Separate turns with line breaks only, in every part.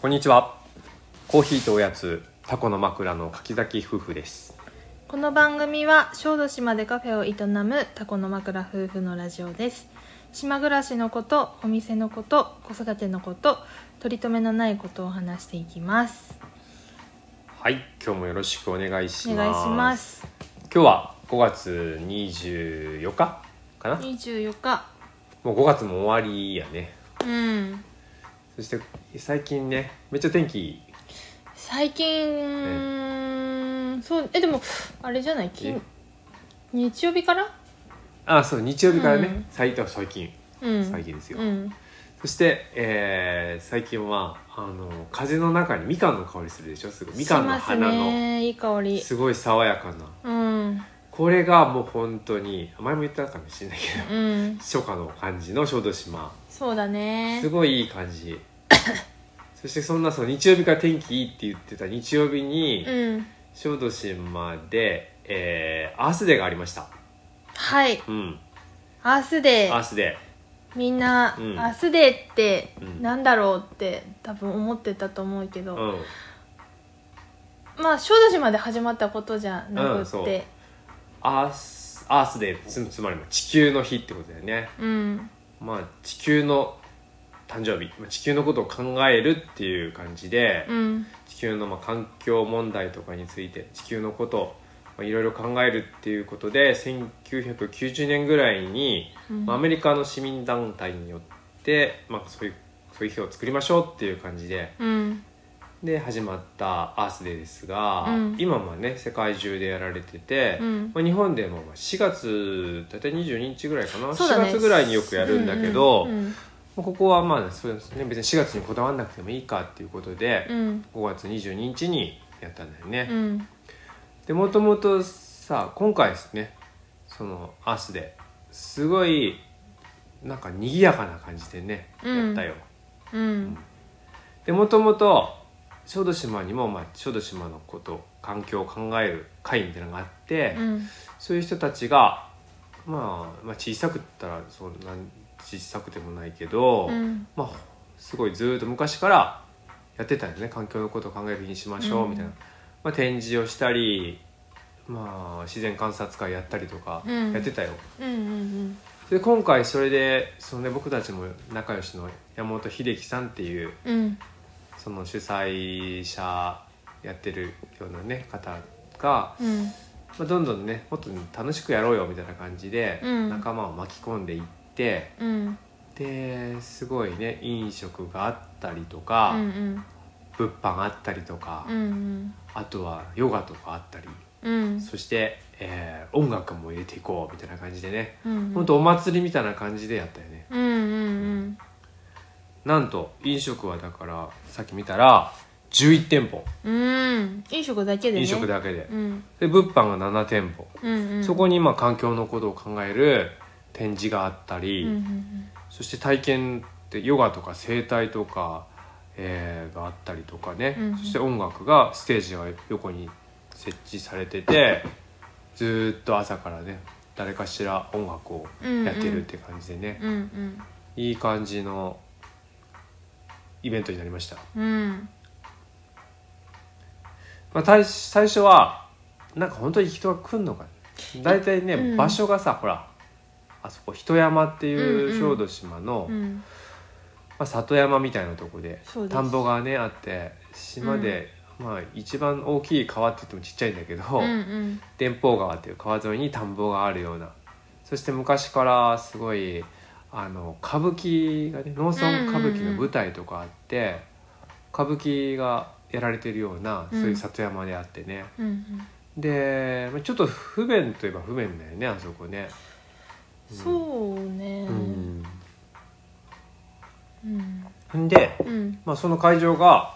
こんにちはコーヒーとおやつタコの枕の柿崎夫婦です
この番組は小豆島でカフェを営むタコの枕夫婦のラジオです島暮らしのことお店のこと子育てのこと取り留めのないことを話していきます
はい今日もよろしくお願いし
お
ます
願いします
今日は5月24日かな
24日
もう5月も終わりやね
うん
そして最近ねめっちゃ天気
最近、そうえでもあれじゃない
え
金日曜日から
あそう日曜日からね、
うん
最近最近
うん
最近ですよ、
うん
そして、えー最近はあの風の中にみかんの香りするでしょすごいみかんの
します
花の
ねいい香り
すごい爽やかな
うん
これがもう本当に前も言ったかもしれないけど
うん
初夏の感じの小豆島
そうだね
すごいいい感 じそしてそんなその日曜日から天気いいって言ってた日曜日に
うん
小豆島で、えーアースデーがありました
はい
うん
アースデ
アー
ー
スデ
みんな、
うん
アースデーって
うん
なんだろうって多分思ってたと思うけ
ー
ど、
うん
まあ小豆島で始まったことじゃな
うん
く
そ
っ
う
て
アースアースデーつつまり地球の日ってことだよね
うん
まあ地球の誕生日まあ地球のことを考えるっていう感じで、
うん
地球のまあ環境問題とかについて地球のことまあいろいろ考えるっていうことで1990年ぐらいに、
うん
まあアメリカの市民団体によって、まあ、そういうそういう日を作りましょうっていう感じで
うん
で始まったアースデーですが、
うん
今もね世界中でやられてて、
うん
まあ、日本でもまあ4月大体22日ぐらいかな、
そうだね
4月ぐらいによくやるんだけど、
うんうん
まあここはまあそうですね別に4月にこだわらなくてもいいかっていうことで。
うん
5月22日にやったんだよね、
うん
でもともとさ今回ですねそのアースですごいなんか賑やかな感じでね、
うん
やったよ
うん
でもともと小豆島にも、まあ、小豆島のこと環境を考える会みたいなのがあって、
うん
そういう人たちが、まあ、まあ小さくったらそんな小さくてもないけど、
うん
まあ、すごいずーっと昔からやってたんですね環境のことを考える日にしましょう
うん
みたいな、まあ、展示をしたり、まあ、自然観察会やったりとか
うん
やってたよ、
うんうん
で今回それでその、ね、僕たちも仲良しの山本秀樹さんっていう
うん
その主催者やってるような、ね、方が、
うん
まあ、どんどんねもっと楽しくやろうよみたいな感じで
うん
仲間を巻き込んでいって、
うん
ですごいね飲食があったりとか。
うん
物販あったりとか、
うん
あとはヨガとかあったり
うん
そして、えー音楽も入れていこうみたいな感じでね
うん
ほんとお祭りみたいな感じでやったよね
うんうん
なんと飲食はだからさっき見たら11店舗
うんうん飲食だけでね
飲食だけで
うん
で物販が7店舗、
うんうん
そこに今環境のことを考える展示があったり、
うんうん
そして体験ってヨガとか整体とか、えーがあったりとかね、
うんうん
そして音楽がステージが横に設置されててずーっと朝からね誰かしら音楽をやってるって感じでね、
うんうん
いい感じのイベントになりました、
うん
まあ、たい最初はなんか本当に人が来るのか大体ね、
うん
場所がさほらあそこ人山っていうん
う
小
ん
豆島の、
うん
まあ、里山みたいなとこで
そうです
田んぼがねあって島で、まあ、一番大きい川って言ってもちっちゃいんだけど、
うんうん
伝法川っていう川沿いに田んぼがあるようなそして昔からすごいあの歌舞伎がね農村歌舞伎の舞台とかあって、歌舞伎がやられてるようなそういう里山であってね、
うんうん
でまあちょっと不便といえば不便だよねあそこね。うん
そうね
うん
うん
んで
うん
まあ、その会場が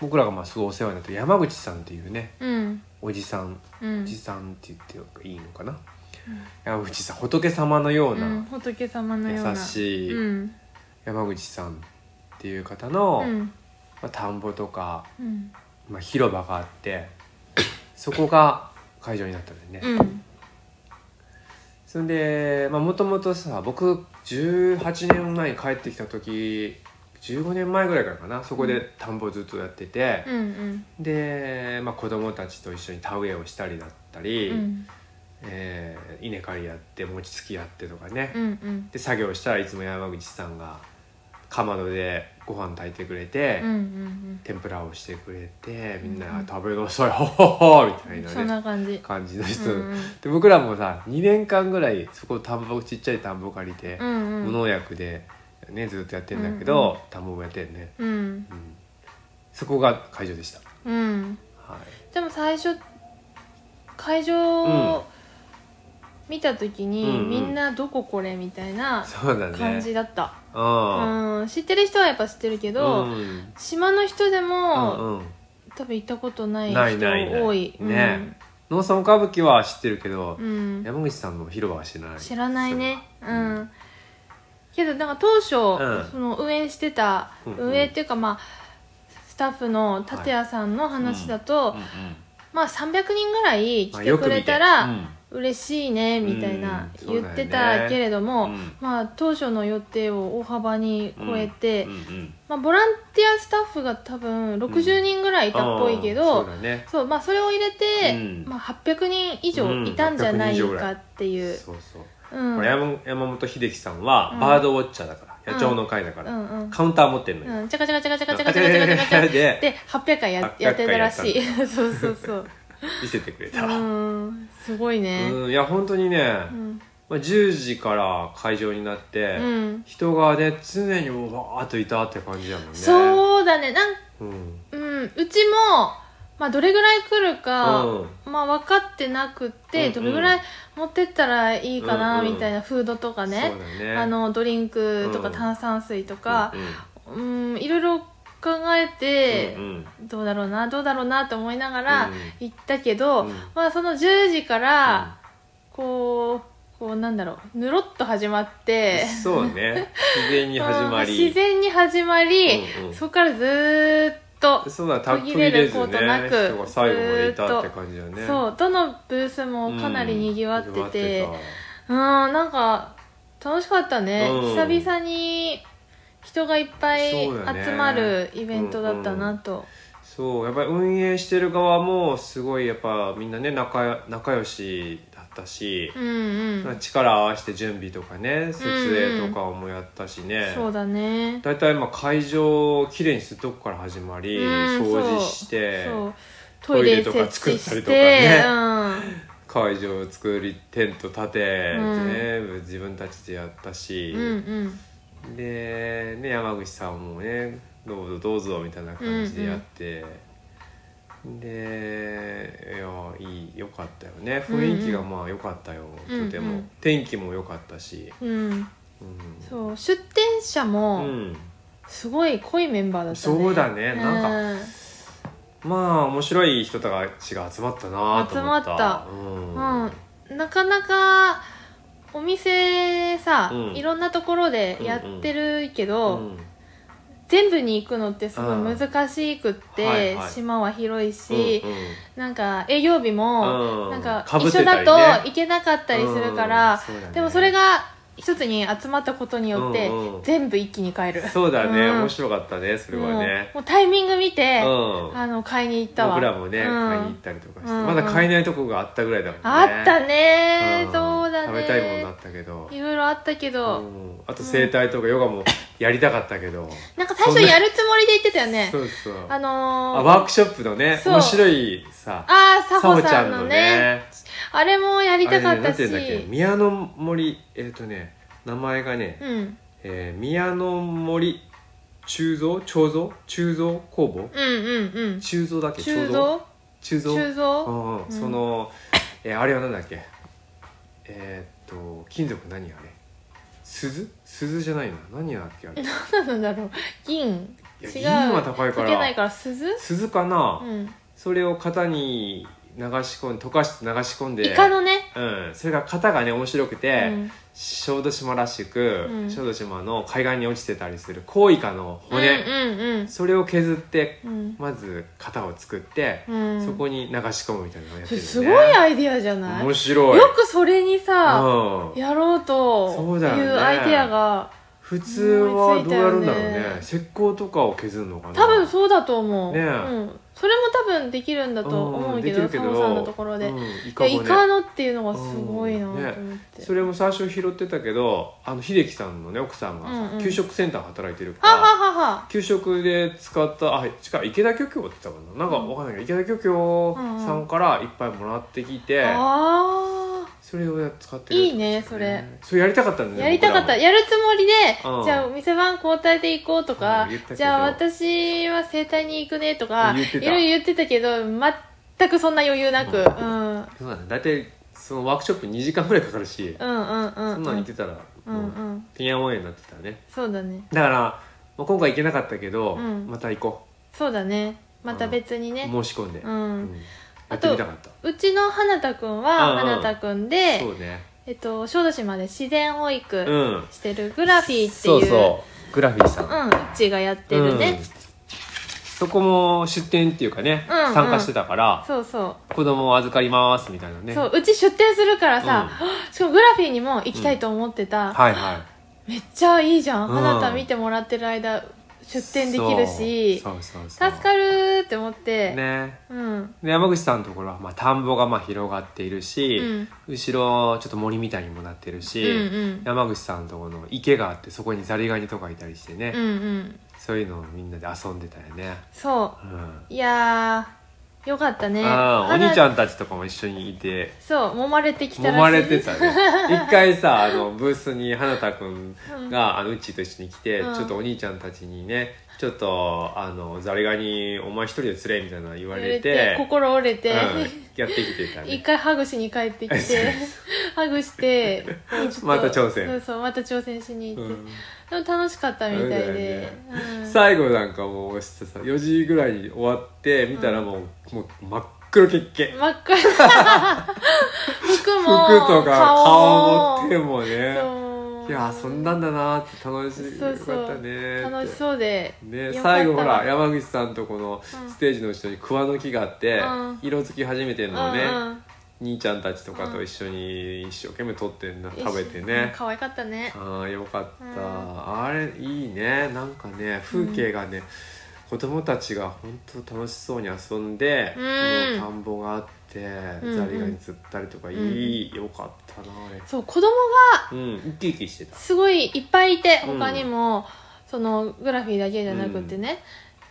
僕らがまあすごいお世話になった山口さんっていうね
うん
おじさん
う
お
ん
じさんって言っていいのかな、山口さん仏様のよう
うん
な
仏様のような
優し
う
い
ん
山口さんっていう方の、
うん
まあ、田んぼとか、
うん
まあ、広場があって そこが会場になったんだよね、
うん
そんでもともとさ僕18年前に帰ってきた時15年前ぐらいからかなそこで田んぼずっとやってて、
うんうん
で、まあ、子供たちと一緒に田植えをしたりだったり、
うん
えー稲刈りやって餅つきやってとかね、
うんうん
で作業したらいつも山口さんがかまどでご飯炊いてくれて、
うんうん
天ぷらをしてくれてみん
うんう
なん「食べなさい、ほほほ」みたい
そ
なんね
な感じ
感じの人、
うんうん
で僕らもさ2年間ぐらいそこ田んぼちっちゃい田んぼ借りて、
うん
無
うん
農薬で、ね、ずっとやってんだけど、田んぼもやってんね、
うん
うん、そこが会場でした、
うん
はい、
でも最初会場
うん
を見た時に、
うんうん
みんな「どここれ?」みたいな
そうだね
感じだった、
うん
うん、知ってる人はやっぱ知ってるけど、
うん
島の人でも、
うんうん
多分行ったことない人
ないないない
多い
ね農村歌舞伎は知ってるけど
う、んうん
山口さんの広場は知らない
知らないね
そうれは
ん、けどなんか当初、
うん
その運営してた
うんうん
運営っていうかまあスタッフの立谷さんの話だと、
うんうん
まあ300人ぐらい
まあ
来て
よ
く
く
れ
見て
たら、
うん
嬉しいねみたいな
うん
言ってたけれども、
そうだよね
まあ、当初の予定を大幅に超えて、
うんうん
まあ、ボランティアスタッフが多分60人ぐらいいたっぽいけ
あ
ど、
ーそうだね
そうまあ、それを入れて、
うん
まあ、800人以上いたんじゃないかっていう。
そうそう、
うん
これ山山本秀樹さんは
うん
バードウォッチャーだから、
うん
野鳥の会だか
う
ら、
んうん
カウンター持ってんのよ、
うん、チャカチャカチャカチャカチャカチャカチャカチャカチャ
で
で800回ややってたらしいそうそうそう
見せてくれた、うん
うんすごいね
いや本当にね、
うん
まあ、10時から会場になって、
うん
人がね常にもうわーっといたって感じやもんね
そうだねなん
うん、
うん、うちも、まあ、どれぐらい来るか、
うん
まあ、分かってなくって、
うんうん
どれぐらい持ってったらいいかな、
うんうん
みたいなフードとかね
そうだね
あのドリンクとか
うん
炭酸水とか
うん、うん
うんいろいろ考えて、
うんうん
どうだろうなどうだろうなと思いなが
う
ら
ん
行ったけど、
うん
まあ、その10時から、こうこうなんだろうぬろっと始まって。
そう ね自然に始まり、
うん自然に始まり、
うんうん
そこからずーっと
そうだた
途
途
切
切
れ
れ
る
ず
こ
ね
となく
人が最後までいたって感じだよね
そうどのブースもかなりにぎわっててうんなんか楽しかったね、
うん
久々に人がいっぱい
そうだね
集まるイベントだったなと
そうやっぱり運営してる側もすごいやっぱみんなね仲仲良しだったし
う、んうん、
力合わせて準備とかね設営とかもやったしね、
そうだね
だいたいまあ会場をきれいにするとこから始まり、
うん
掃除して
そう
ト
トイ
イ
レ
レ
設
と
置
か
して
作ったりと会場を作りテント立て、
うん
全部自分たちでやったし、
うん、うん
で、ね、山口さんもねどうぞどうぞみたいな感じでやって、でいやいいよかったよね雰囲気がまあ良かったよ、
うんうん
とて
うん
も、
うん
天気も良かったし、
うんうん
うん
そう出店者
う
も
ん
すごい濃いメンバーだったね
そうだねなんか
うん
まあ面白い人たちが集まったなと思った
集まった
うん
うん、なかなかお店さ、
うん
いろんなところでやってるけど、
うん
全部に行くのってすご
う
い
ん
難しくって、
はいはい
島は広いし、
うん
なんか営業日も、
うん
なんか
被っ
一
て
緒
たり
だ
ね
と行けなかったりするから、
うんそうだね
でもそれが一つに集まったことによって、
うんうん
全部一気に買える
そうだね、
うん
面白かったねそれはね
もうもうタイミング見て、
うん
あの買いに行ったわ
僕らもね、
うん
買いに行ったりとかして、
うん
まだ買えないとこがあったぐらいだもんね
あったね、
ん
そうだね
食べたいものだったけど、
いろいろあったけ
う
ど、
ん、あと整体とかヨガもやりたかったけど、
なんか最初やるつもりで言ってたよね
そうそう
あのー、
あワークショップのね
そう
面白いさ
あー
サ
サホ
ボち
さ
ゃ
ん
ん
の
の
ね
ね
あれもやりたか
あ
っ
れねな
た
んて
し、
言うんだっけ宮の森えっ、とね名前がね、
うん
えー宮の森鋳造彫像鋳造工房
うんうんうん
鋳造だっけ
鋳
鋳
造
造鋳造
鋳
う
造
んうん
うん
その、えーあれはなんだっけえーっと金属何あれ鈴鈴じゃないな何だっけあ れい
何なんだろう銀
や
違う
銀は高いか
溶けな
ら
いから鈴
鈴かな、
うん
それを型に流し込んで溶かして流し込んで
イカのね
うん、それが型がね面白く
う
て、
ん
小豆島らしく、
うん
小豆島の海岸に落ちてたりするコイカの
うん
骨、
うん
それを削って
うん
まず型を作って、
うん
そこに流し込むみたいなのをやってるん
すごいアイディアじゃない
面
よ
白い
くそれにさ
うん
やろうと
そう
い
だよね
うアイディアが
不普通はどうやるんだろう
思いついた
ね
よね
石膏とかを削るのかな
多分そうだと思う、
ねえ
うん、それも多分できるんだと思うけど,、
んできる
サモさんのところで、
う
い
んイカ
や
もね
イカのっていうのがすごいなと思って、
うんそれも最初拾ってたけどあの秀樹さんのね奥さんがさ、
うんうん
給食センター働いてるか
は
ら
あ、はあはあはあ
給食で使ったあ近い池田漁協って言ったかななんかわかんないけど、池田漁協さんからいっぱいもらってきて、
あ
それを使ってるってことですよ
いいね
それやりたかったんだ
ー
ね
やりたかったやるつもりで、
うん
じゃあお店番交代で行こうとか、
うん言ったけど
じゃあ私は整体に行くねとか
言っ
いろ
て
い
た
ろ言ってたけど全くそんな余裕なく、う
うん
ん、うん
そうだね大体そのワークショップ2時間ぐらいかかるし、
うんうん
そんなに行ってたら、
うん
もう
うん
てんやわんやになってたね
そうだね
だから、まあ、今回行けなかったけど、
うん
また行こ
そうだねまた別に
う
ね、
申し込んで、
う、
うんやってみたかった
うちの花田くん
う
は
んうん
花田くんで、
そうね
えっと、小豆島で自然保
う
育
ん
してるグラフィーってい
そ
う、
うそうグラフィーさん、
うん、うちがやってるね
うん、そこも出店っていうかね、
うんうん
参加してたから
そうそう、
子供を預かりますみたいなね
そううち出店するからさ、しかもグラフィーにも行きたいと思ってた、
はいは
めっちゃいいじゃん、
うん
花田見てもらってる間出
い
店できるし
そうそうそうそう
助かるって思って、
ね
うん
で山口さんのところは、まあ、田んぼがまあ広がっているし、
うん
後ろちょっと森みたいにもなってるし、
うんうん
山口さんのところの池があってそこにザリガニとかいたりしてね、
うんうん
そういうのをみんなで遊んでたよね、
そ
うん
ういやーよかったね
ああお
花
兄ちゃんたちとかも一緒にいて
そう揉まれてきたら
揉まれてたね一回さあのブースに花田君が、あのうっちーと一緒に来て、
うん
ちょっとお兄ちゃんたちにねちょっとあのザリガニお前一人で釣れみたいなの言わ
言わ
れ
れ
て
て心折れて、
うん、やってきてた
一
ね
回ハグしに帰って きてハグしてこうちょっと
また挑戦
そうそうまた挑戦しに行っ
う
て、
ん
でも楽しかったみた
そ
い
うだよ
で
ね、
うん
最後なんかもうさ4時ぐらいに終わって見たらもう,、もう真っ黒けっけ
真っ赤服
服
も
とか顔
も
も手もね
そう
いや遊んだんだなって楽しい
そう
よ
そう
かったねって
楽しそうで、
ね、
よかった
最後ほら山口さんとこの
うん
ステージの後ろに桑の木があって、
うん
色づき始めてる
う
のをね、
んうん
兄ちゃんたちとかと一緒に一生懸命撮ってんな食べて
うん
ね、
可愛かったね
ああよかった、
うん
あれいいねなんかね風景がね、子供たちが本当楽しそうに遊んで、
うん
この田んぼがあって、
うん
ザリガニ釣ったりとか、いいよかったなあれ
そう子供が
うん生き生きしてた
すごいいっぱいいて
うん
他にも、そのグラフィーだけじゃなくてね、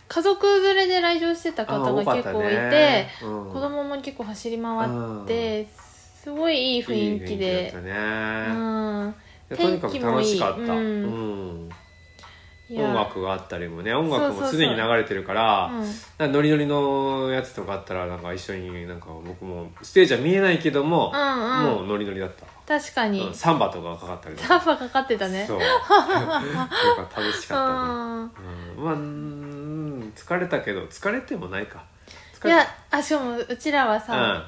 家族連れで来場してた方が結構いて、
あー多かった
子
ね
供も結構走り回って、すごいいい
うんいい
雰囲気で
だったね、
うん
いやとにかく楽しかった
天気もいい
うん
いや
音楽があったりもね音楽
そうそう
も
そう
常に流れてるから
うん
なんかノリノリのやつとかあったらなんか一緒になんか僕もステージは見えないけども、
うんうん
もうノリノリだった、
確かに、
うんサンバとかがかかったりとか
タンパかかってたね
そう なんか楽しかっ
うん
たね、うん、まあうん疲れたけど疲れてもないか疲
い
れ
やあしかもうちらはさ、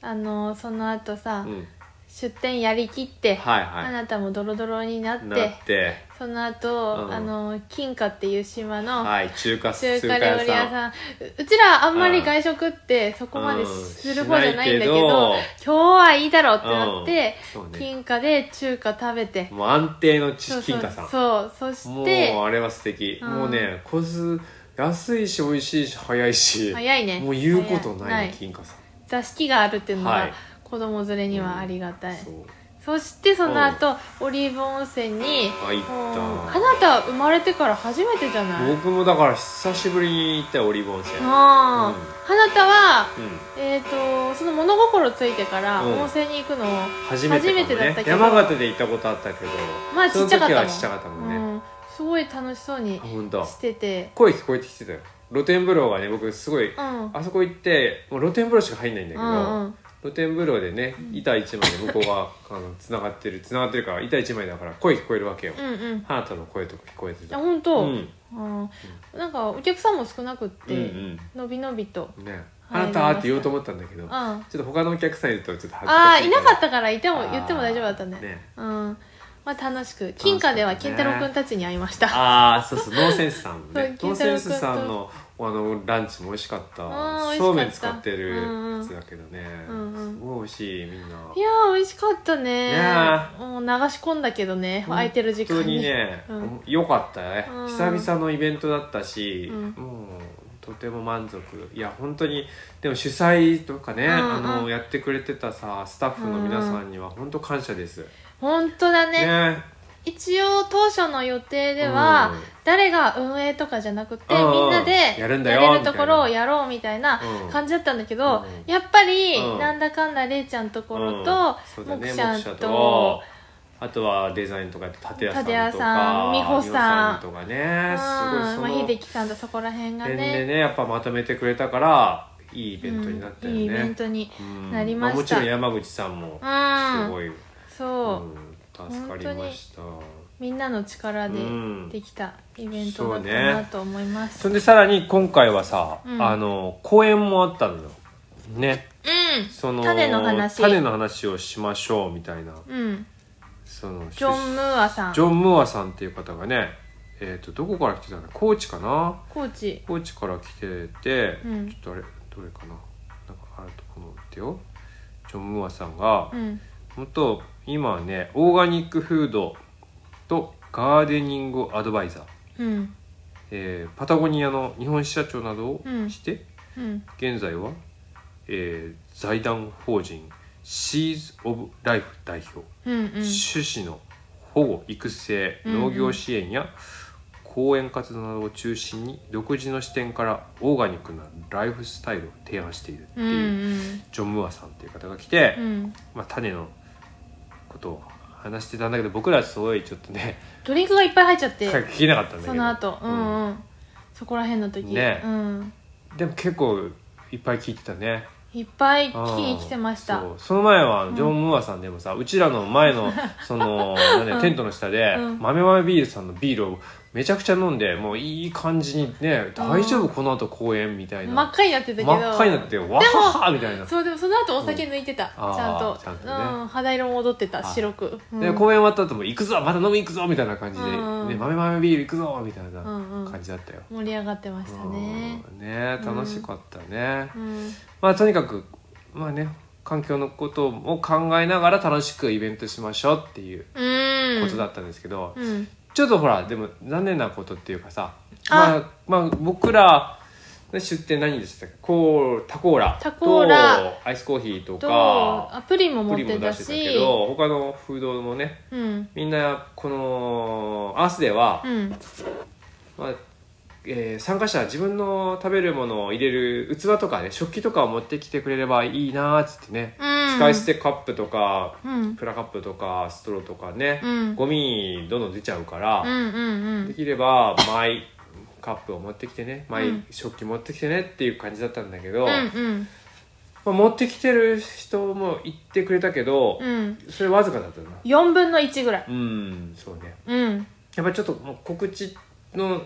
あのその後さ、
うん、うん、
出店やりきって、
はい
あ
は
なたもドロドロになっ
い
て
なって
その後、
うん
あの金華っていう島の
はい中華
中
中華
華料
屋
理
さ
屋
ん
さんううちらあんまり
うん
外食ってそこまでする方じゃないんだけど,、
うんしない
今日はいいだろうってなって、
そうね
金華で中華食べて、
もう安定の
そう
チ
そ
金
う
華さん
そうそし
も
て
うあれは素敵、
うん
もうねコス安いし美味しいし早いし
早いね
もう言うこと
早
ないい金華さん
座敷があるっていうの
は
はい子供連れにはありがたい、
そう
そしてその後、オリーブ温泉に
あ行った
もう花田生まれてから初めてじゃないうん
僕もだから久しぶりに行ったよオリーブ温泉うん
花田は
うん
えっ、とその物心ついてから
うん
温泉に行くのを、
初めてかもね
初めてだったけど
山形で行ったことあったけど
まあちっちゃか
その
ったもん
時はちっちゃかったもんね、
うんすごい楽しそうに
あ本当
してて
声聞こえてきてたよ露天風呂がね僕すごい
うん
あそこ行ってもう露天風呂しか入んないんだ
う
けど、
んうん
露天風呂でね板一枚で向こうがあの繋がってる繋がってるから板一枚だから声聞こえるわけよ、
うんうん
花田の声とか聞こえて
あ
た
本当、
うん
うんなんかお客さんも少なくって、
うん
のびのびと
うんね「
はい
あなた」って言おうと思ったんだけど
うん
ちょ
あ
っと他のお客さんいるとちょっと恥ず
あ
か
ー
し
い
い
なかったたからいても言っても大丈夫だったね
ね
うん、まあ、楽しく金華では
楽し
金
かったね
太郎くんたちに会いました
ああそうそうノーセンスさんもね
そう
ノーセンス
金太
さ
郎君と
んのあのランチも美味しかった
あー美味しかった
そうめん使ってる
うんうん
やつだけどね、
うんうん
すごい美味しいみんない
やー美味しかったね
いや
もう流し込んだけどね空いてる時間
本当にね
うん
良かったね
うん
久々のイベントだったし
うん
もうとても満足いや本当にでも主催とかね
うん
あ
うん
のやってくれてたさスタッフの皆さんには本当感謝です
本当だね
ね
一応当初の予定では、
うん
誰が運営とかじゃなくて、
うんうん
みんなで
やるんだよ
れるところをやろうみたいな
うん
感じだったんだけど、
うん
やっぱり、
うん
なんだかんだれいちゃんところ
うん
と、
そうだね
もくちゃ
も
ん
くちゃん
と
とあとはデザインとかやって立屋さんとか
立屋さん美穂さん
美さんとか
うん
ねす
ま
ご
あ
いその
秀樹さんとそこら辺が
点で
ね
ねやっぱまとめてくれたからいいイベントになったよ
うんいいイベン
ね
トに
うん
なりました
あもちろん山口さんも
うん
すごい
そ
う
う、
ん助かりました
みんなの力で
うん
できたイベントだったなと思います
そ
うん、
れでさらに今回はさ、
うん
あの公演もあったのよねその
種の話
種の話をしましょうみたいな
うん
その
ジョン・ムーアさん
ジョン・ムーアさんっていう方がね、えー、とどこから来てたの高知かな
コーチ
高知から来てて、
うん
ちょっとあれどれかななんかあるとこのってよジョン・ムーアさんが
う、ん
もっと今はねオーガニックフードとガーデニングアドバイザー、
うん
えーパタゴニアの日本支社長などを
うん
して、
うん
現在は、えー財団法人シーズ・オブ・ライフ代表
うんうん
種子の保護育成
うんうん
農業支援や講演活動などを中心に独自の視点からオーガニックなライフスタイルを提案しているって
うん
いう
うん
ジョン・ムーアさんっていう方が来て、
うん
まあ、種のことを話してたんだけど僕らすごいちょっとね
ドリンクがいっぱい入っちゃって
聞けなかったんだけど
その後うん
うん
うんそこら辺の時
ね
うん
でも結構いっぱい聞いてたね
いっぱい
うん
聞き来てました
そうその前は
ん
ジョン・ムーアさんでもさ、うちらの前 のそのなんだよテントの下で、
うん
豆豆ビールさんのビールをめちゃくちゃ飲んでもういい感じにね大丈夫この後公演みたいな
真っ赤になってたけど
真っ赤になってわははみたいな、
そうでもその後お酒抜いてたち
あー
ゃんと
ちゃんとね
うん肌色戻ってた
あ
白くうん
で公演終わった後も行くぞまた飲み行くぞみたいな感じで、
うん
ね、豆豆ビール行くぞみたいな
うんうん
感じだったよ、
盛り上がってましたね
うんね楽しかったね、
うん
まあとにかくまあね環境のことを考えながら楽しくイベントしましょうっていう
うん
ことだったんですけど、
うん
ちょっとほらでも残念なことっていうかさま
あ
あまあ僕らね出店何でしたっけこうタコーラ
タコーラ
とアイスコーヒーと
と
か
アプリも
プ
持っ
リン
て
も出
た
してたけ
し
ど他のフードもね
うん
みんなこのアースでは、
うん
まあえー参加者は自分の食べるものを入れる器とかね食器とかを持ってきてくれればいいなーっつってね、使い捨てカップとか
うん
プラカップとかストローとかね、
うん
ゴミどんどん出ちゃうから、
うんうんう
で
ん
きればマイカップを持ってきてねマ
う
イ
ん
食器持ってきてねっていう感じだったんだけど、
うんうん
まあ、持ってきてる人も言ってくれたけど、
うん
それわずかだったな
4分の1ぐらい
うんそうね
うん
やっぱりちょっともう告知の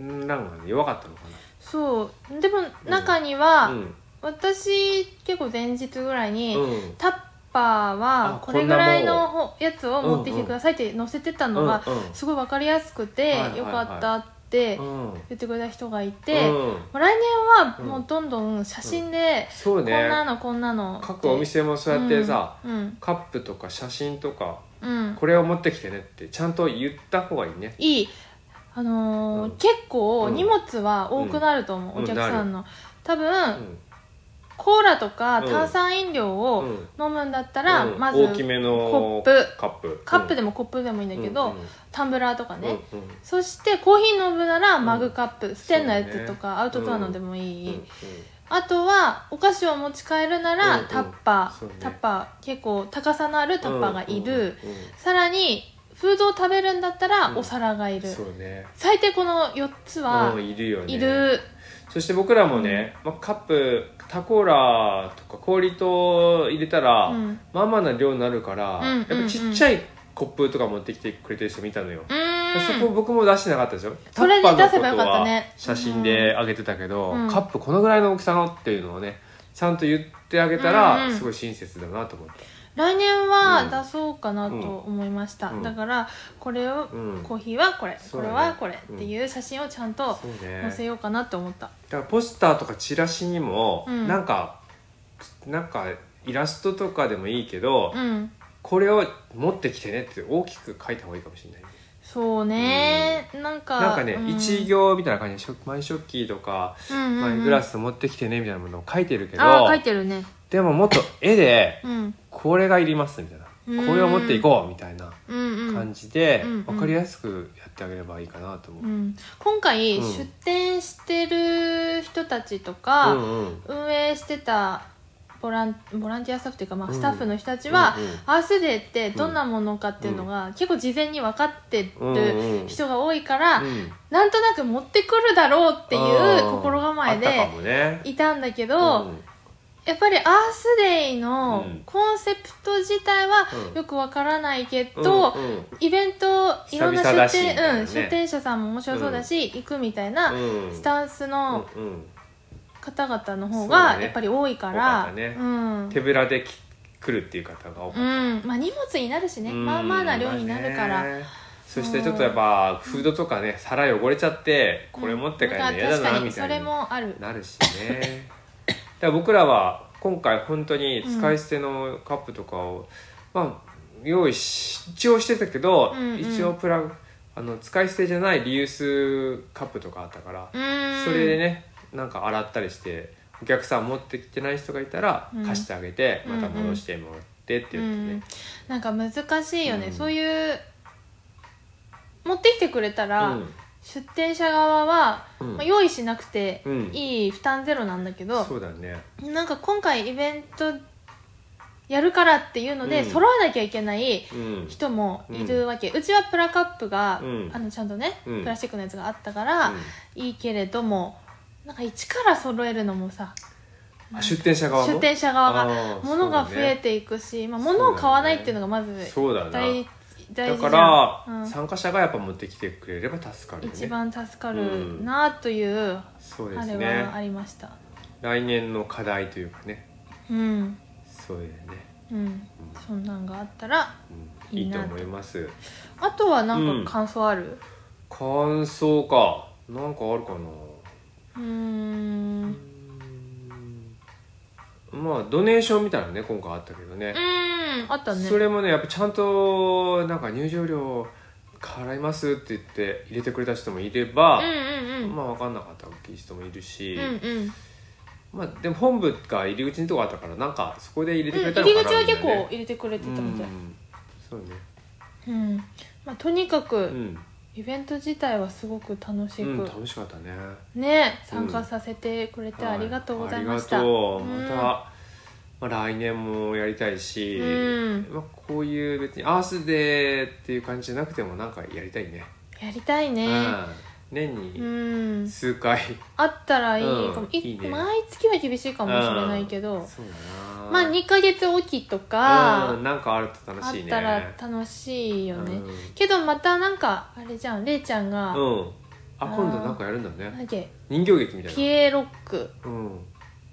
うん欄が、ね、弱かったのか
そうでも
うん
中に
な
は、
うん
私結構前日ぐらいに、
うん
タッパーは
あ
これぐらい
こんな
のほやつを持ってきてくださいって載せてたのが、
うんうん
すごい分かりやすくて、
はいはいはい
よかったって
うん
言ってくれた人がいて、
う
も
ん
う来年はもうどんどん写真で、
そう
こんな
ね
のこんなのって
各お店もそうやってさ、
うん
カップとか写真とか
うん、うん
これを持ってきてねってちゃんと言った方がいいね
いいあのー
うん
結構
うん
荷物は多くなると思う、
うん
お客さんの、多分、
うん
コーラとか
うん
炭酸飲料を
うん
飲むんだったら、
うん
まず
大きめの
コップ
カップ
カップ
で
でもコップでもいいんだけど、タンブラーとかね、
うんうん
そしてコーヒー飲むなら
うん
マグカップ、ステンのやつと
そう
か、
ね
アウトドアのでもいい、
うんうん
あとはお菓子を持ち帰るな
うん
ら
うん
タッパー、
そうね
タッパー結構高さのあるタッパーがいる、
うんうん
さらにフードを食べるんだった
う
ら
ん
お皿がいる、
うんそうね
最低この4つは
うんいるよね
いる、
そして僕らもね、まあ、カップタコーラとか氷と入れたら、
うんうん
まあまあな量になるから、
うんうんうん
やっぱちっちゃいコップとか持ってきてくれてる人見たのよ、そこ僕も出してなかったでしょ
それで出せばよか
タッパーの
った
ことは
ね
写真であげてたけど、
うん
カップこのぐらいの大きさのっていうのをねちゃんと言ってあげたら、
うんうん
すごい親切だなと思った
来年は
うん
出そうかなと思いました、
うん
だからこれを、
うん
コーヒーはこれ、
そ
こ
う
れ
だね
はこれっていう写真をちゃんと
そうね
載せようかなって思った、
だからポスターとかチラシにも、
うん
なんかなんかイラストとかでもいいけど、
うん
これを持ってきてねって大きく書いた方がいいかもしれない
そうね、なんか
なんかね、
うん
一行みたいな感じでしょマイショッキーとか、
うんうんうん
マイグラス持ってきてねみたいなものを書いてるけど
ああ書いてるね
でももっと絵で
うん
これがいりますみたいな、
うん
これを持っていこうみたいな
うんうん
感じで、
うんうん
分かりやすくやってあげればいいかなと思う
う。ん、今回、
うん
出店してる人たちとか、
うんうん
運営してたボランボランティアスタッフというか、まあ、
うん
スタッフの人たちは、
うんうん
アースデーってどんなものかっていうのが、結構事前に分かってる人が多いから、
うん
なんとなく持ってくるだろうってい
あ
う
ー
心構え
あったか
で
もね
いたんだけ
う
ど、
ん
やっぱりアースデイの
うん
コンセプト自体は
うん
よくわからないけど、
うんうん
イベントいろんな
久々
出
だしみ
店,、
たいなね
うん、出店者さんも面白そうだし、行くみたいな
うん
スタンスの
うんうん
方々の方
そうだ
が
ね
やっぱり多いか
多かっ
ら
たね
うん
手ぶらでき来るっていう方が多かっ、
うんまあ、荷物になるしたね
うん
まあまあな量になるか
ま
ら、
あねそしてちょっとやっぱフードとかね皿汚れちゃってこれ持って帰るの嫌だ
確
な
かに
み
そ
た
れ
いに
もある
なるしねだから僕らは今回本当に使い捨てのカップとかを、まあ用意し一応してたけど、
うんうん
一応プラあの使い捨てじゃないリユースカップとかあったから、
うん
それでねなんか洗ったりしてお客さん持ってきてない人がいたら
うん
貸してあげて、
うんうん
また戻してもらってって言
う
って
ん
ね、
なんか難しいよね、
うん
そういう持ってきてくれたら、
うん
出店者側は、
うん
まあ、用意しなくて
うん
いい負担ゼロなんだけど、
そうだね
なんか今回イベントやるからっていうので、
うん
揃わなきゃいけない
うん
人もいるわけ、うちはプラカップが、
うん
あのちゃんとね、
うん
プラスチックのやつがあったからいいけれどもなんか一から揃えるのもさ
うんあ出店者側も
出店者側が
が
物が増えていくし、まあ、物を買わないっていうのがまず
そうだ
大
ね
大
だ
事じ
か
ゃん
ら、
うん
参加者がやっぱ持ってきてくれれば助かるよね
一番助かるなという
そうで
あ
す
れはあ
ね
りました、
来年の課題というかね
うん
そうだよね、
うんそんなんがあったら
うん、
い
い
い
い
な
と
と
思います
あとはな
うんん
か感想ある
感想かなんかあるかな
うーんうん
まあドネーションみたいなのね今回あったけどね
あったね
それもねやっぱちゃんとなんか入場料払いますって言って入れてくれた人もいれば
うん、うんうん
まあ分かんなかった大きい人もいるし、
うんうん
まあでも本部が入り口のとこあったからなんかそこで入れてく
う
れ
ん
た
入
のか
り
な
口は結
みたいな
構
ね
入れてくれてたみたい
うんそうね
うんまあ、とにか
う
く
ん、
イベント自体はすごく楽しく、
うん、楽しかったね
ね参加させてくれてありがとうございまし
は
た、
いありがとう
うん
また、まあ、来年もやりたいし、
うん
まあ、こういう別にアースデーっていう感じじゃなくてもなんかやりたいね、
やりたいね
うん、年
う
に
ん
数回、
あったらいいか
う
も、
ん
い
いいね
毎月は厳しいかもしれないけど、
そうだな
まあ2ヶ月おきとか、
うん、なんかあると楽
あっ
しいね
たら楽しいよね、
うん
けどまたなんかあれじゃんれいちゃんが、
うんあ今度なんかやるんだ
なん
ね
だっけ
人形劇みたい
ピ
な
エロック
うん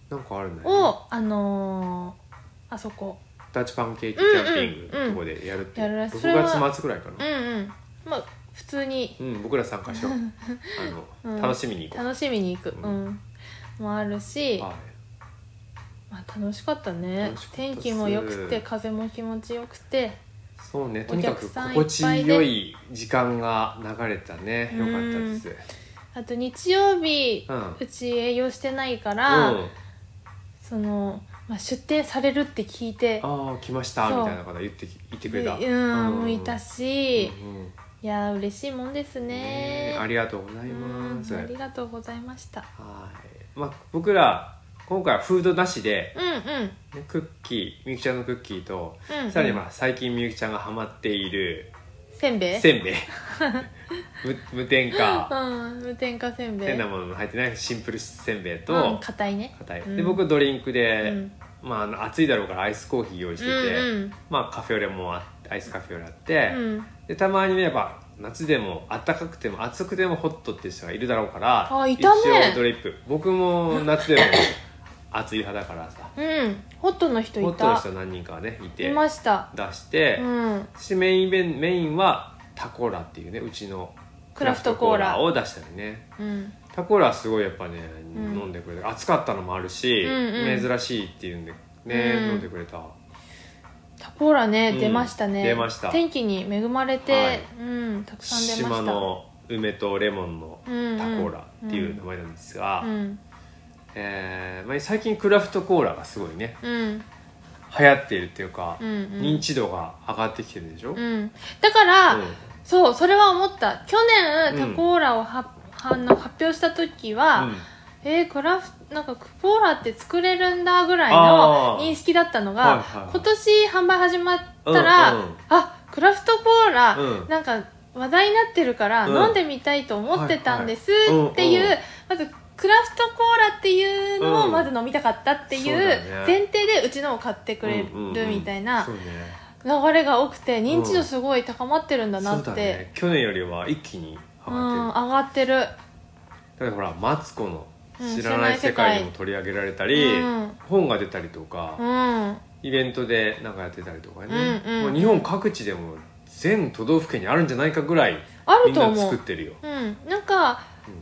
なんかあるんだね
を、あのーあそこ
ダッチパンケーキキャンピングのとこでやるって、
うんうんうんやるらしいそれは
6月末ぐらいか
う
なん
うんまあ普通に
うん、僕ら参加しようあの、
うん
楽しみに行こう
楽しみに行く、う
うんん
もあるし、
はい
まあ、楽しかったね
楽しかったっ
天
す
気も良くて風も気持ちよくて
そうね
お
とにか
客
く
さん
心地よい時間が流れたね
う
よ
ん
かったです
あと日曜日、う
うん
ち営業してないか
うん
ら、
あ
その、まあ、出店されるって聞いて
あ来ましたみ
そう
たいな方言ってき言ってくれた
でうん、向いた
うん
し、
うん
いやー嬉しいもんですね
ねありがとうござい
うん
ます
ありがとうございました
はい、まあ、僕ら今回はフードなしで、
うんうん
ねクッキーみゆきちゃんのクッキーと、
うん
さらにまあ最近みゆきちゃんがハマっている
せんべい
せ んべい無無添加
うん無添加せんべい
変なものの入ってないシンプルせんべい
うん
と
硬いね
硬い、
うん
で僕ドリンクで、
うん
まああの、暑いだろうからアイスコーヒー用意してて、
うん
まあ、カフェオレもあアイスカフェオレあって、
うんうん
でたまにねやっぱ夏でも暖かくても暑くてもホットっていう人がいるだろうから
あいたね
一応ドリップ僕も夏でも熱い派だからさ
うんホットの人いた
ホットの人何人かねいて
いました
出して、
うん
そしてメインイベンメインはタコーラっていうねうちの
クラフトコーラ
クを出したりね
うん
タコーラはすごいやっぱね、
うん
飲んでくれた暑かったのもあるし、
うんうん
珍しいっていうんでね、
うん
飲んでくれた
タコーラね、
うん
出ましたね
出ました
天気に恵まれて、
はい
うんたくさん出まし
島
た
の梅とレモンの
タコ
タコーラっていう名前なんですが、
うん
えーまあ、最近クラフトコーラがすごいね
うん
流行っているっていうか、
うんうん
認知度が上がってきてるでしょ、
うんだから、
うん
そうそれは思った去
う
年
ん
タコーラをは、あの発表した時は、
うん
えー、クラフなんかクポーラって作れるんだぐらいの
あー
認識だったのが、
はいはいはい
今年販売始まったら、
うんうん
あクラフトコーラ、
うん
なんか話題になってるから、
うん
飲んでみたいと思ってたんです
はいはい
っていう、
うんうん
まずクラフトコーラっていうのを
うん
まず飲みたかったってい
そううだね
前提でうちのを買ってくれ
うんうん
るみたいな
そうね
流れが多くて認知度すごい高まってるんだな
そう
って、
だ
う
ね去年よりは一気に上
ん
がってる
上が
だ
ってる
からほら「マツコの
うん
知らない世界」にも取り上げられたり、
うん
本が出たりとか、
うん
イベントでなんかやってたりとかね、
うんうん
もう日本各地でも全都道府県にあるんじゃないかぐらい
あ
み
る
ん
と
な
思
作
う
ってるよ
うん、なんか、
うん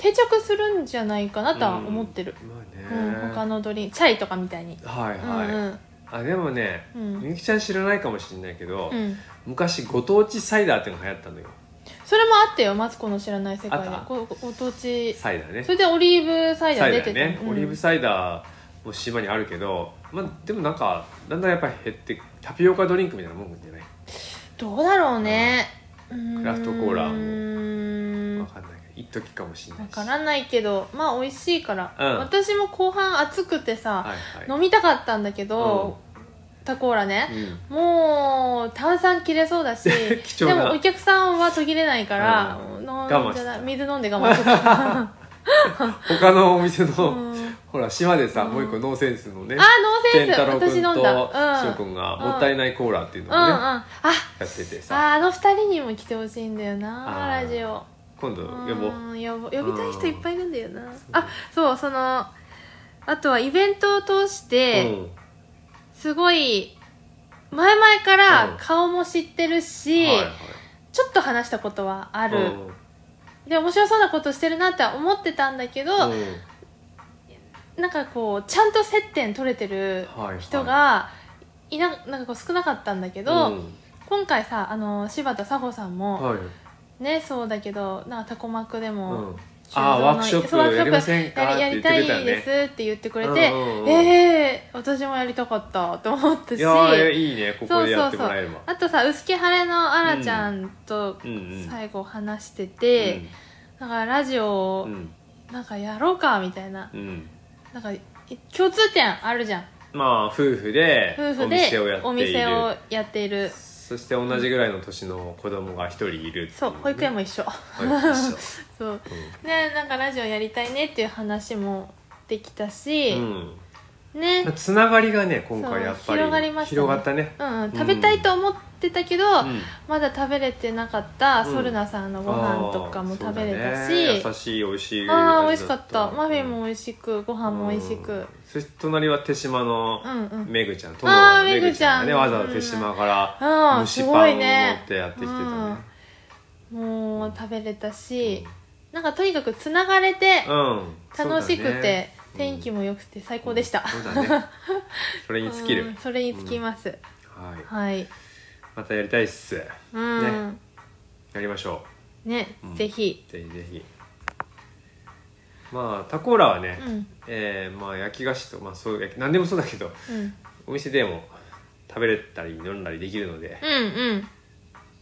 定着するんじゃないかなとは思ってる、
うんま
うん
あね、
他のドリンチャイとかみたいに、
はいはい、
うん
あでもね
うんうん
みゆきちゃん知らないかもしれないけど、
うん
昔ご当地サイダーっていうのが流行ったんだよ
それもあったよ「マツコの知らない世界
あった
に」ごごご当地
サイダーね
それでオリーブサイダー出てたの
ね、
うん
オリーブサイダーも島にあるけど、まあ、でもなんかだんだんやっぱり減ってタピオカドリンクみたいなもんじゃない
どうだろうね
クラフトコーラも
うーん
分かんないけど一時かもしれな
わ
いし
からないけどまあ美味しいから、
うん
私も後半暑くてさ、
はい
飲
はい
みたかったんだけど、タコーラね、
うん
もう炭酸切れそうだし
貴
で
重な
もお客さんは途切れないから
う
飲ん
ん
じ
我慢して
ゃない
た
水飲んで 我慢してた
他のお店
う
の、
ん
ほら島でさ、
うん
もう一個ノーセンスのね
あノーセンス
君
私飲んだうん
とし
う
お
んう
君
ん
が「もったいないコーラ」っていうのをね、や
あ
ってて
あ
さ
ーあの二人にも来てほしいんだよな
あー
ラジオ
今度呼ぼう
うん呼ぼ呼びたい人いっぱいいるんだよなあそうそのあとはイベントを通し
う
て
ん
すごい前々か
う
ら
ん
顔も知ってるし、
はいはい
ちょっと話したことはある、
うん
で面白そうなことしてるなって思ってたんだけど、
うん
なんかこうちゃんと接点取れてる
はいはい
人がいななんかこう少なかったんだけど、
うん
今回さあの柴田佐穂さんも、
はい
ねそうだけどなんかタコマクで
う
も、
んああ
収
ワークショ
録の
ップ
そうワークショ
や
ッ
り
プ
ませんか
やりや
って言
り
ってくれ
たい
たよね
ですって言ってくれて、
うんうんうん
ええ私もやりたかったと思った
い
し
やーいいねここでやってもらえれば
あとさ薄毛晴れのあらちゃんと
うんうん
最後話してて、だからラジオ
う
を
ん
なんかやろうかみたいな
うんうん
なんかい共通点あるじゃん
まあ夫婦で
夫
お
婦で
店をや
お
ってい
店
る
をやっている
そして同じぐらいの年の子供が一人いるっていね
そう保育園も一緒
はい一緒
そうねなんかラジオやりたいねっていう話もできたし、
うん
ね
うんつながりがね今回やっ
そ
ぱ
う
り
広がりましたね
広がったね
うんうん
ん
食べたいと思ってたけど、
うん
まだ食べれてなかった
うん
ソルナさんのご飯とかも食べれた
あーそうだ
し、
ね優しい美味しい
ああ美味しかった
うん
マフィンも美味しくご飯も美味し
う
く
んそして隣は手島の
うんうん
めぐちゃん、と
あー
めぐちゃんがね
めぐちゃ
わ
ん
ざわざ手島から
う
蒸
ん、
し
す
パ
ご
ンを
い
持
ね
ってやってきてたね
もう食べれたし、
う
なんかとにかくつながれて
んうん
楽し
そ
く
うだ
て、
ね
天気も良くて最高でした、
そうだねそれに尽き
うん
る
それに尽きます、
はい
はい
またやりたいっす
うん
やりましょ
ね
うん
ぜひ
うぜひぜひまあタコーラはね、
うん
えーまあ焼き菓子とまあそう焼き何でもそうだけど
うん
お店でも食べれたり飲んだりできるので、
うん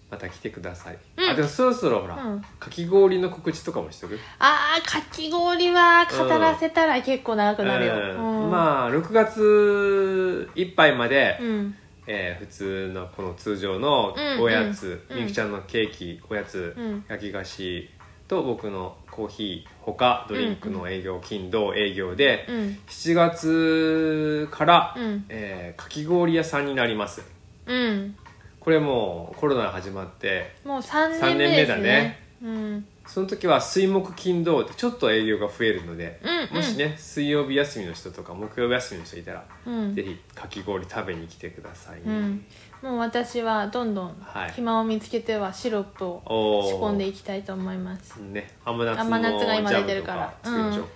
また来てください、
うん
あでもそろそろほら、
うん
かき氷の告知とかもしとく
あーかき氷は語らせたら結構長くなるよ、
うん
うん
まあ6月いっぱいまで、
うん
えー普通のこの通常の
うん
おやつ、
うん
みゆきちゃんのケーキおやつ、
うん
焼き菓子と僕のコーヒー他ドリンクの営業、金土営業で、
うん
7月から、
うん
えーかき氷屋さんになります
うん
これもうコロナ始まって
もう3年目ですね
三年目だね
うん
その時は水木金土ってちょっと営業が増えるので、
うんうん
もしね水曜日休みの人とか木曜日休みの人いたら、
うん
ぜひかき氷食べに来てくださいね、
うん、もう私はどんどん
はい
暇を見つけてはシロップを
おー
仕込んでいきたいと思います
ね甘夏
甘夏が
の
今
ジャ
出
ムと
てるか
から作りましょう、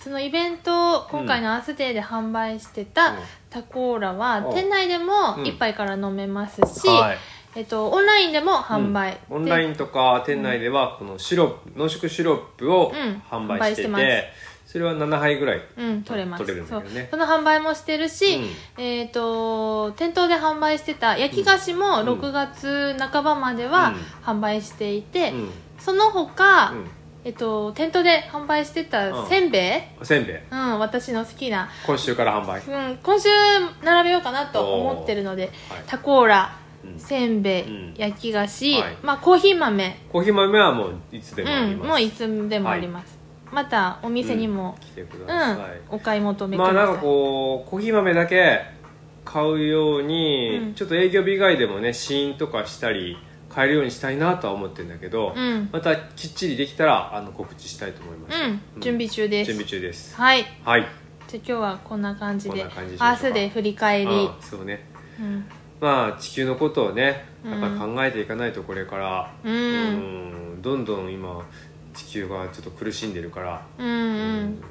そのイベントを今回のアースデーで販売してた
うん
タコーラは
うん
店内でも
うん
1杯から飲めますし、
はい
えっと、オンラインでも販売、
うんオンライ
ン
ンとか店内ではこのシロップ濃縮シロップを
うん
販売してて,、
販売して
それは7杯ぐらい、
うん、取れます
取れるんだけどね
そうその販売もしてるし、
う
えっと店頭で販売してた焼き菓子も
うん
6月半ばまでは販売していて、
うん
その他、
う
えっと、店頭で販売して
う
た
ん
せんべい、
ん、せんべい
うん私の好きな、
今週から販売、
うん、今週並べようかなと思ってるので
はい
タコーラ
うん
せんべい、
うん
焼き菓子、
はい
まあ、コーヒー豆、
コーヒー豆はもういつでもあ
う
り
ん、
ます、
もういつでもあります、またお店にも、
来てく
うん
ださい、
お買い求めく
ま
ださ
あ
い、
なんかこうコーヒー豆だけ買うように、
うん
ちょっと営業日以外でもね試飲とかしたり買えるようにしたいなとは思ってるんだけど、
うん、
またきっちりできたらあの告知したいと思います、
うん、準備中です
準備中です
はい
はい
じゃあ今日はこんな感じで
こんな感じでしょうか
アースデー振り返り、
うんそうね
うん
まあ地球のことをねやっぱり
う
考えていかないとこれから、
う
うんんどんどん今地球がちょっと苦しんでるから、
うんうん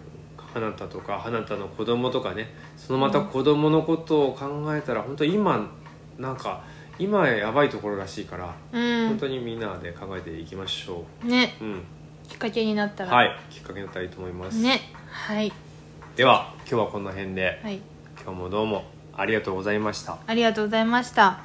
花田とか花田の子供とかねそのまた子供のことを考えたら本当今なんか今やばいところらしいから、
うん
本当にみんなで考えていきましょ
ね
う、うん、
きっかけになったら、
はいきっかけになったらいいと思います、
ねはい
では今日はこの辺で
はい
今日もどうもありがとうございました
ありがとうございました